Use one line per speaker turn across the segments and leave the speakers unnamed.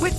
With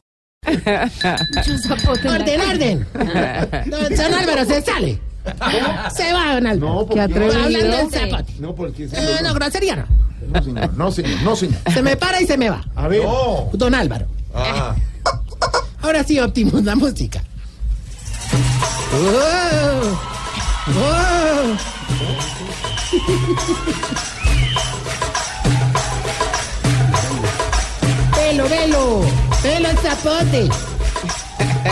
Orden, orden. Don, don Álvaro, se sale. Se va, don Álvaro.
No, porque
Va hablando del zapato.
no, porque ese
No, no, grosería no.
no, señor, no, señor, no, señor.
Se me para y se me va.
A ver,
Don Álvaro. Ahora sí, Optimus, la música. Oh, oh. velo, velo, velo el zapote.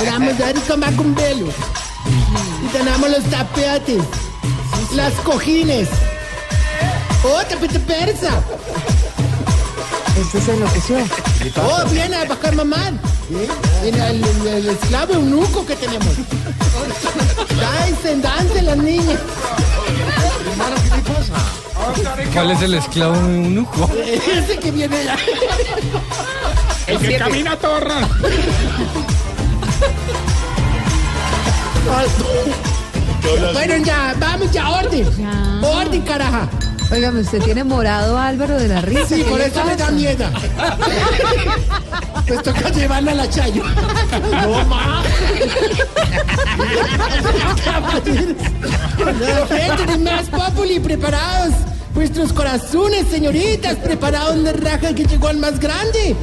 La mujer toma con velo. Y tenemos los tapetes, las cojines. Oh, tapete persa. Oh, viene a bajar mamá. Viene el, el- el esclavo eunuco que tenemos. Dancen, dancen las niñas.
¿Cuál es el esclavo eunuco?
Ese que viene allá.
El que camina torra.
Bueno, ya, vamos, ya, orden. Orden, caraja.
Óigame, usted tiene morado Álvaro de la risa.
Sí,
¿qué
por
le
eso me da
pasa?
miedo. Pues toca llevarla a la chayo. No más. Gente de más populi, preparados. Vuestros corazones, señoritas, preparados la raja que llegó al más grande.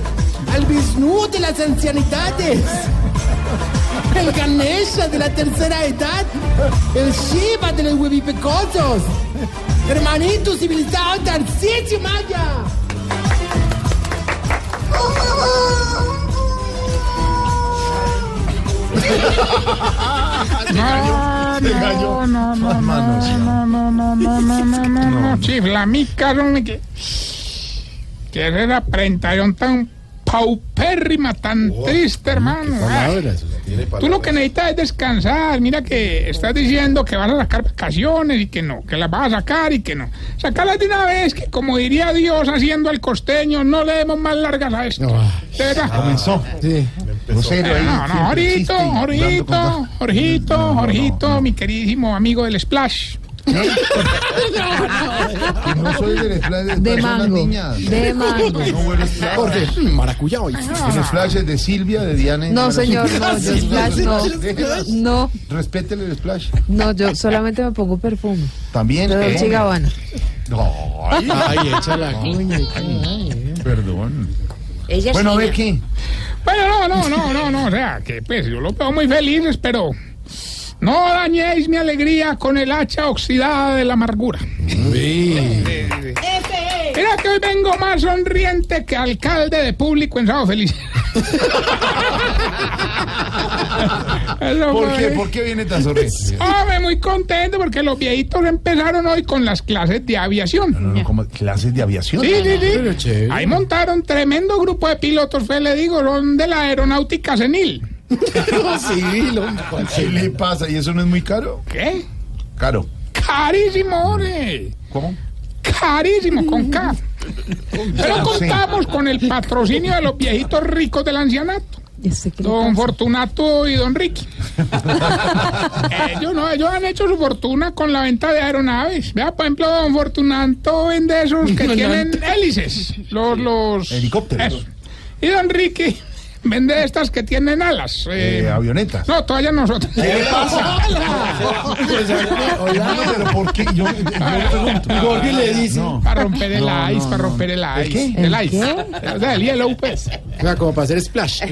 Al Vishnu de las ancianidades. El Ganesha de la tercera edad. El Shiva de los huevipecosos. Hermanito civilizado, Tarcisio Maya.
No, no, no, no, no, no, no, no, no, no, no.
Chifla mi carón que. Querer aprender tan paupérrima, tan triste, hermano.
Oh,
ah.
palabras, o sea, tiene
Tú
palabras.
lo que necesitas es descansar. Mira que estás diciendo que vas a sacar vacaciones y que no, que las vas a sacar y que no. Sacarlas de una vez, que como diría Dios haciendo al costeño, no le demos más largas a esto. De verdad.
ah.
Eh,
comenzó. Sí. Grosero ahí,
No, no,
siempre
Jorgito,
chiste, hablando con-
Jorgito, Jorgito, Jorgito, mi queridísimo amigo del Splash.
Que no soy del splash de,
De mango.
niñas.
De mango.
No huele splash.
Porque maracuyá hoy.
Los flashes de Silvia, de Diana. y
No,
de Mara
señor,
Silvia.
no, yo splash no.
Déjelas.
No,
Respétele el splash.
no, yo solamente me pongo perfume.
También.
De Dolce y
eh,
Gabbana.
no, ay,
Ay, échala.
perdón. bueno, a ver qué.
Bueno, no, no, no, no, no, o sea, que pues yo lo veo muy feliz, pero no dañéis mi alegría con el hacha oxidada de la amargura. Mira que hoy vengo más sonriente que alcalde de público en Sábado Feliz. Eso
¿Por
fue-
qué? ¿Por qué viene tan sorpresa?
Hombre, Ah, muy contento porque los viejitos empezaron hoy con las clases de aviación.
No, no, como clases de aviación.
Sí, sí,
Pero
sí.
chévere.
Ahí montaron tremendo grupo de pilotos, fe, le digo, son de la aeronáutica senil.
civil,
¿Qué le pasa? ¿Y eso no es muy caro?
¿Qué?
Caro.
Carísimo, hombre.
¿Cómo?
Carísimo, con K. Pero
Sí.
contamos con el patrocinio de los viejitos ricos del ancianato.
¿Y usted qué le
Don
pasa?
Fortunato y Don Ricky. ellos no, ellos han hecho su fortuna con la venta de aeronaves. Vea, por ejemplo, Don Fortunato vende esos que tienen hélices. Los, los
Helicópteros.
eso. Y Don Ricky vende estas que tienen alas. eh,
Eh, avionetas.
no, todavía nosotros.
Pues, Oiga, pero ¿por qué? Yo, yo pregunto.
qué le dicen?
No.
Para romper el ice, para romper el ice.
qué?
¿El
El ice.
qué?
O sea, el hielo, pues.
O sea, como para hacer splash.
O a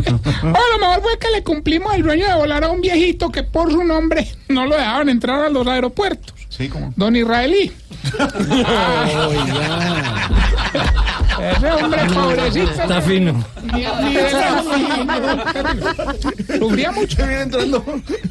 lo mejor fue que le cumplimos el dueño de volar a un viejito que por su nombre no lo dejaban entrar a los aeropuertos.
Sí, como.
Don Israelí. Ese hombre pobrecito. Está fino. Sufría mucho.
Viene entrando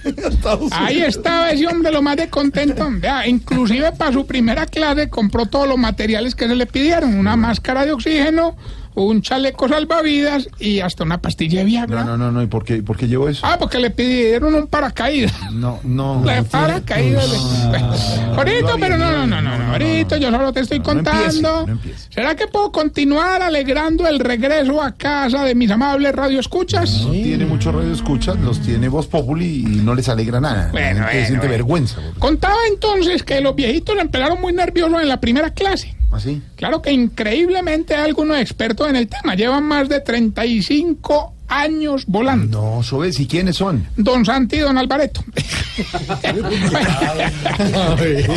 Estados
Ahí estaba ese hombre lo más de contento. Vea, inclusive para su primera clase compró todos los materiales que se le pidieron. Una máscara de oxígeno, un chaleco salvavidas y hasta una pastilla de Viagra.
No, no, no, no. ¿Y por qué, por qué llevo eso?
Ah, porque le pidieron un paracaídas.
pues. No, no.
Le
no tiene-
paracaídas.
Uy,
le- Ahorita, pero no, no, no, no, no. Ahorita yo solo te estoy
no empiece,
contando.
no empiece.
¿Será que puedo continuar alegrando el regreso a casa de mis amables radioescuchas?
no tiene muchos radioescuchas, los tiene Voz Populi y no les alegra nada.
Bueno,
La gente
bueno,
siente
bueno.
vergüenza. por-
Contaba entonces que los viejitos lo empezaron muy nerviosos en la primera clase.
¿Así?
Claro que increíblemente hay algunos expertos en el tema. Llevan más de 35 años volando.
No, Sobes, ¿y quiénes son?
Don Santi y Don Alvareto.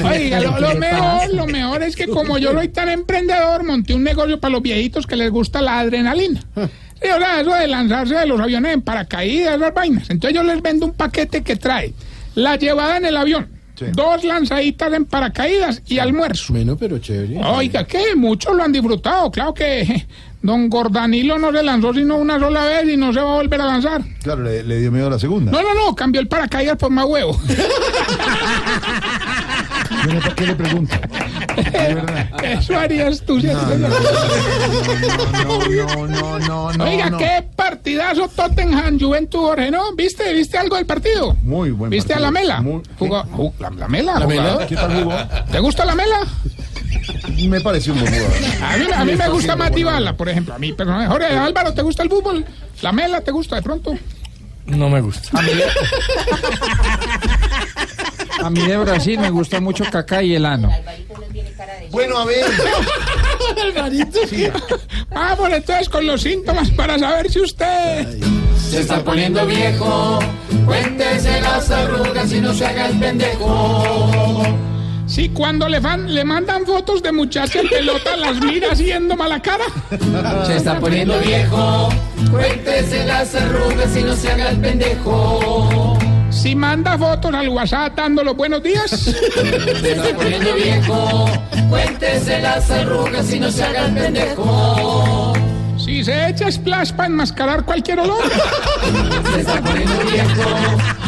Oiga, lo, lo mejor, lo mejor es que como yo soy tan emprendedor, monté un negocio para los viejitos que les gusta la adrenalina. Sí, o sea, eso de lanzarse de los aviones en paracaídas, las vainas. Entonces yo les vendo un paquete que trae la llevada en el avión,
Sí.
dos lanzaditas en paracaídas y almuerzo.
Bueno, pero chévere.
Oiga, que muchos lo han disfrutado. Claro que eh, don Gordanilo no se lanzó sino una sola vez y no se va a volver a lanzar.
Claro, le, le dio miedo a la segunda.
No, no, no, cambió el paracaídas por más huevo.
Bueno, ¿para qué le pregunto? De verdad.
Eso harías tú. si
No,
haces
no,
eso.
no, no, no, no, no,
Oiga,
no.
qué partidazo Tottenham, Juventud, Jorge, ¿no? ¿Viste? ¿Viste algo del partido?
Muy buen
¿Viste
partido.
a la mela?
Muy-
Jugó- ju- la, la mela.
¿La
jugador.
mela? ¿Qué tal jugó?
¿Te gusta la mela?
Me pareció un buen jugador.
A mí, a mí me gusta más Dybala, por ejemplo. A mí, pero Jorge Álvaro, ¿te gusta el fútbol? ¿La mela te gusta de pronto?
No me gusta. A mí, de Brasil me gusta mucho Kaká y el ano.
Bueno, a ver.
Vamos entonces con los síntomas para saber si usted...
Se está poniendo viejo, cuéntese las arrugas y no se haga el pendejo.
Si cuando le, van, le mandan fotos de muchachas en pelota las mira haciendo mala cara.
Se está poniendo viejo, cuéntese las arrugas y no se haga el pendejo.
Si manda fotos al WhatsApp dando los buenos días.
Se está poniendo viejo, cuéntese las arrugas y no se haga el pendejo.
Si se echa splash para enmascarar cualquier olor.
Se está poniendo viejo,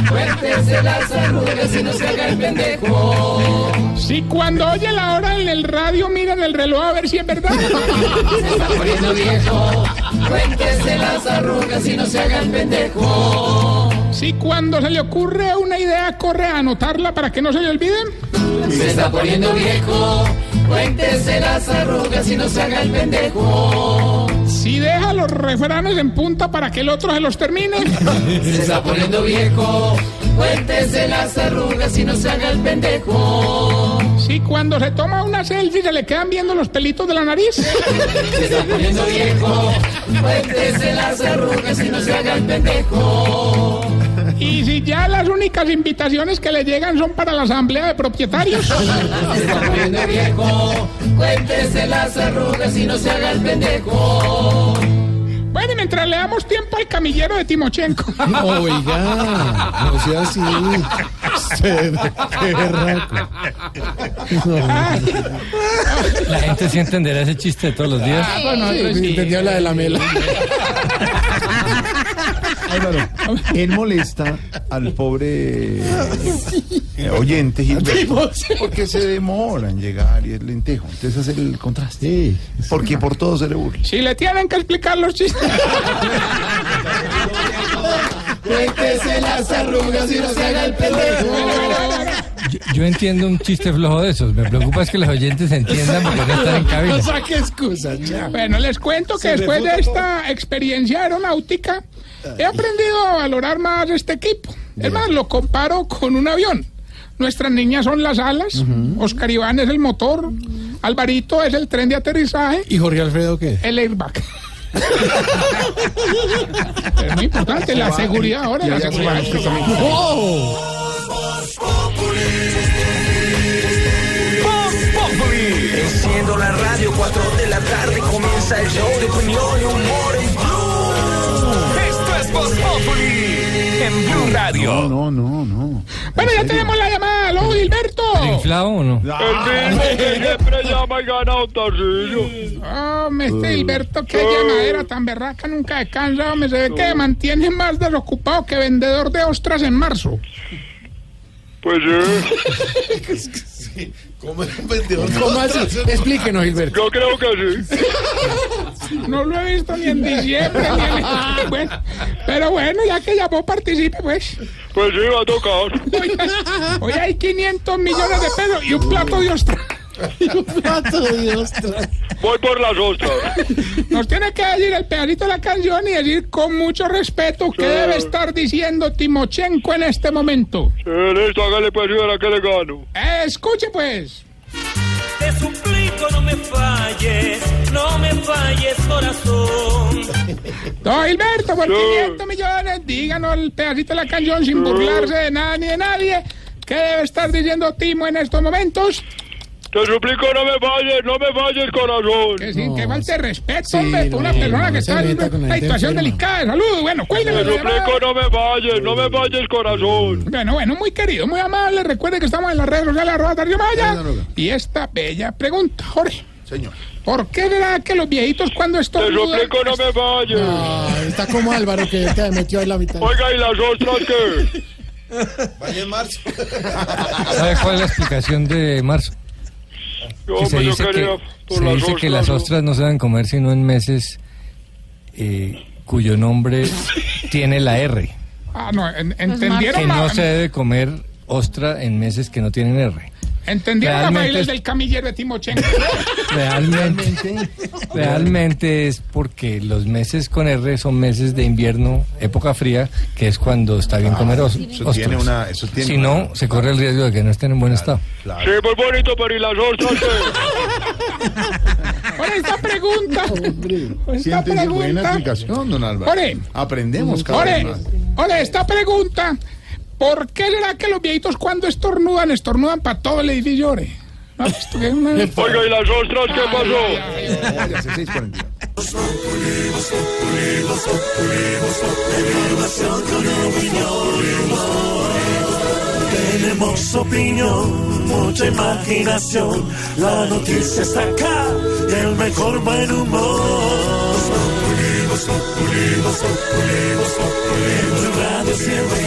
cuéntese las arrugas y no se haga el pendejo.
Si cuando oye la hora en el radio mira en el reloj a ver si es verdad.
Se está poniendo viejo, cuéntese las arrugas y no se haga el pendejo.
Si cuando se le ocurre una idea corre a anotarla para que no se le olviden.
Se está poniendo viejo, cuéntese las arrugas y no se haga el pendejo.
Si deja los refranes en punta para que el otro se los termine.
Se está poniendo viejo, cuéntese las arrugas y no se haga el pendejo.
Si cuando se toma una selfie se le quedan viendo los pelitos de la nariz.
Se está poniendo viejo, cuéntese las arrugas y no se haga el pendejo.
Y si ya las únicas invitaciones que le llegan son para la asamblea de propietarios.
Se está poniendo viejo, cuéntese las arrugas y no se haga el pendejo.
Bueno, y mientras le damos tiempo al camillero de Timochenko.
Oiga, no sea así. Usted, qué berraco.
La gente sí entenderá ese chiste de todos los días.
entendió la de la mela. Álvaro, él molesta al pobre eh, oyente Gilberto porque se demora en llegar y es lentejo. Entonces hace el contraste. Porque por todo se le burla.
Si le tienen que explicar los chistes.
Cuéntese las arrugas y no se haga el pendejo.
Yo, yo entiendo un chiste flojo de esos. Me preocupa es que los oyentes entiendan porque no están en cabina.
saque excusas, ya.
Bueno, les cuento que después de esta experiencia aeronáutica he aprendido a valorar más este equipo. Es más, lo comparo con un avión. Nuestras niñas son las alas, Oscar Iván es el motor, Alvarito es el tren de aterrizaje
¿Y Jorge Alfredo qué?
el airbag. es muy importante la seguridad ahora, la seguridad.
Enciendo la radio, 4 de la tarde comienza el show de opinión y humor en Blue. Esto es Voz en Blue Radio.
No, no, no, no.
Bueno, ya tenemos la llamada, aló Gilberto.
¿Inflado o no?
Oh, me este Gilberto, qué llamadera tan berraca, nunca descansa, me se ve que mantiene más desocupado que vendedor de ostras en marzo.
Pues sí,
¿Cómo así? Explíquenos, Gilberto.
yo creo que sí.
No lo he visto ni en diciembre, ni en pues, Pero bueno, ya que llamó, participe, pues.
Pues sí, va a tocar.
Hoy, pues, hoy hay 500 millones de pesos y un plato de ostras.
Y un plato de ostras.
Voy por las ostras.
Nos tiene que decir el pedacito de la canción y decir con mucho respeto qué debe estar diciendo Timochenko en este momento.
Sí, listo, hágale pues, señora, que le gano.
Eh, escuche, pues.
Te suplico no me falles, no me falles corazón.
Don Gilberto, por 500 millones, díganos el pedacito de la canción sin burlarse de nada ni de nadie. ¿Qué debe estar diciendo Timo en estos momentos?
Te suplico, no me falles, no me falles, corazón.
Que, sí, que falta de respeto, hombre, por una persona que está en una situación delicada. Saludos, bueno, cuídenme.
Te suplico, no me falles, no me falles, corazón.
Bueno, bueno, muy querido, muy amable. Recuerde que estamos en las redes sociales arroba Darío Maya. Y esta bella pregunta, Jorge.
Señor.
¿Por qué verá que los viejitos cuando
Te
estornudan...
suplico, no me falles.
Ah, está como Álvaro que te metió ahí la mitad.
Oiga, ¿y las ostras qué?
Vaya en marzo.
¿Sabe cuál es la explicación de marzo?
Yo,
Que se
pues, yo
dice,
quería
que,
por
se
las
dice que
ostras,
las
¿no?
ostras no se deben comer sino en meses eh, cuyo nombre tiene la R.
Ah, no, en- entendieron
Que no
mal.
se debe comer ostra en meses que no tienen R.
Entendieron las
Realmente
bailes
es-
del camillero de Timochenko.
Realmente, realmente es porque los meses con R son meses de invierno, época fría, que es cuando está bien comer os-
Ah, Eso tiene
ostras.
una. Eso tiene
Si no, se corre el riesgo de que no estén en buen estado.
Sí, muy bonito, pero ¿y las ostras qué?
Ahora esta pregunta. Esta
Siéntese buena
pregunta.
explicación, don Álvaro.
Ore.
Aprendemos cada vez
Ore,
más.
ore, esta pregunta. ¿Por qué será que los viejitos cuando estornudan, estornudan para todo el edificio, ore? ¿No has visto que es una-
Oiga, ¿y las ostras qué pasó?
Oye, hace 6:41.
Tenemos opinión, mucha imaginación. La noticia está acá y el mejor buen humor. Los populimos, populimos, populimos, populimos. En Blue Radio siempre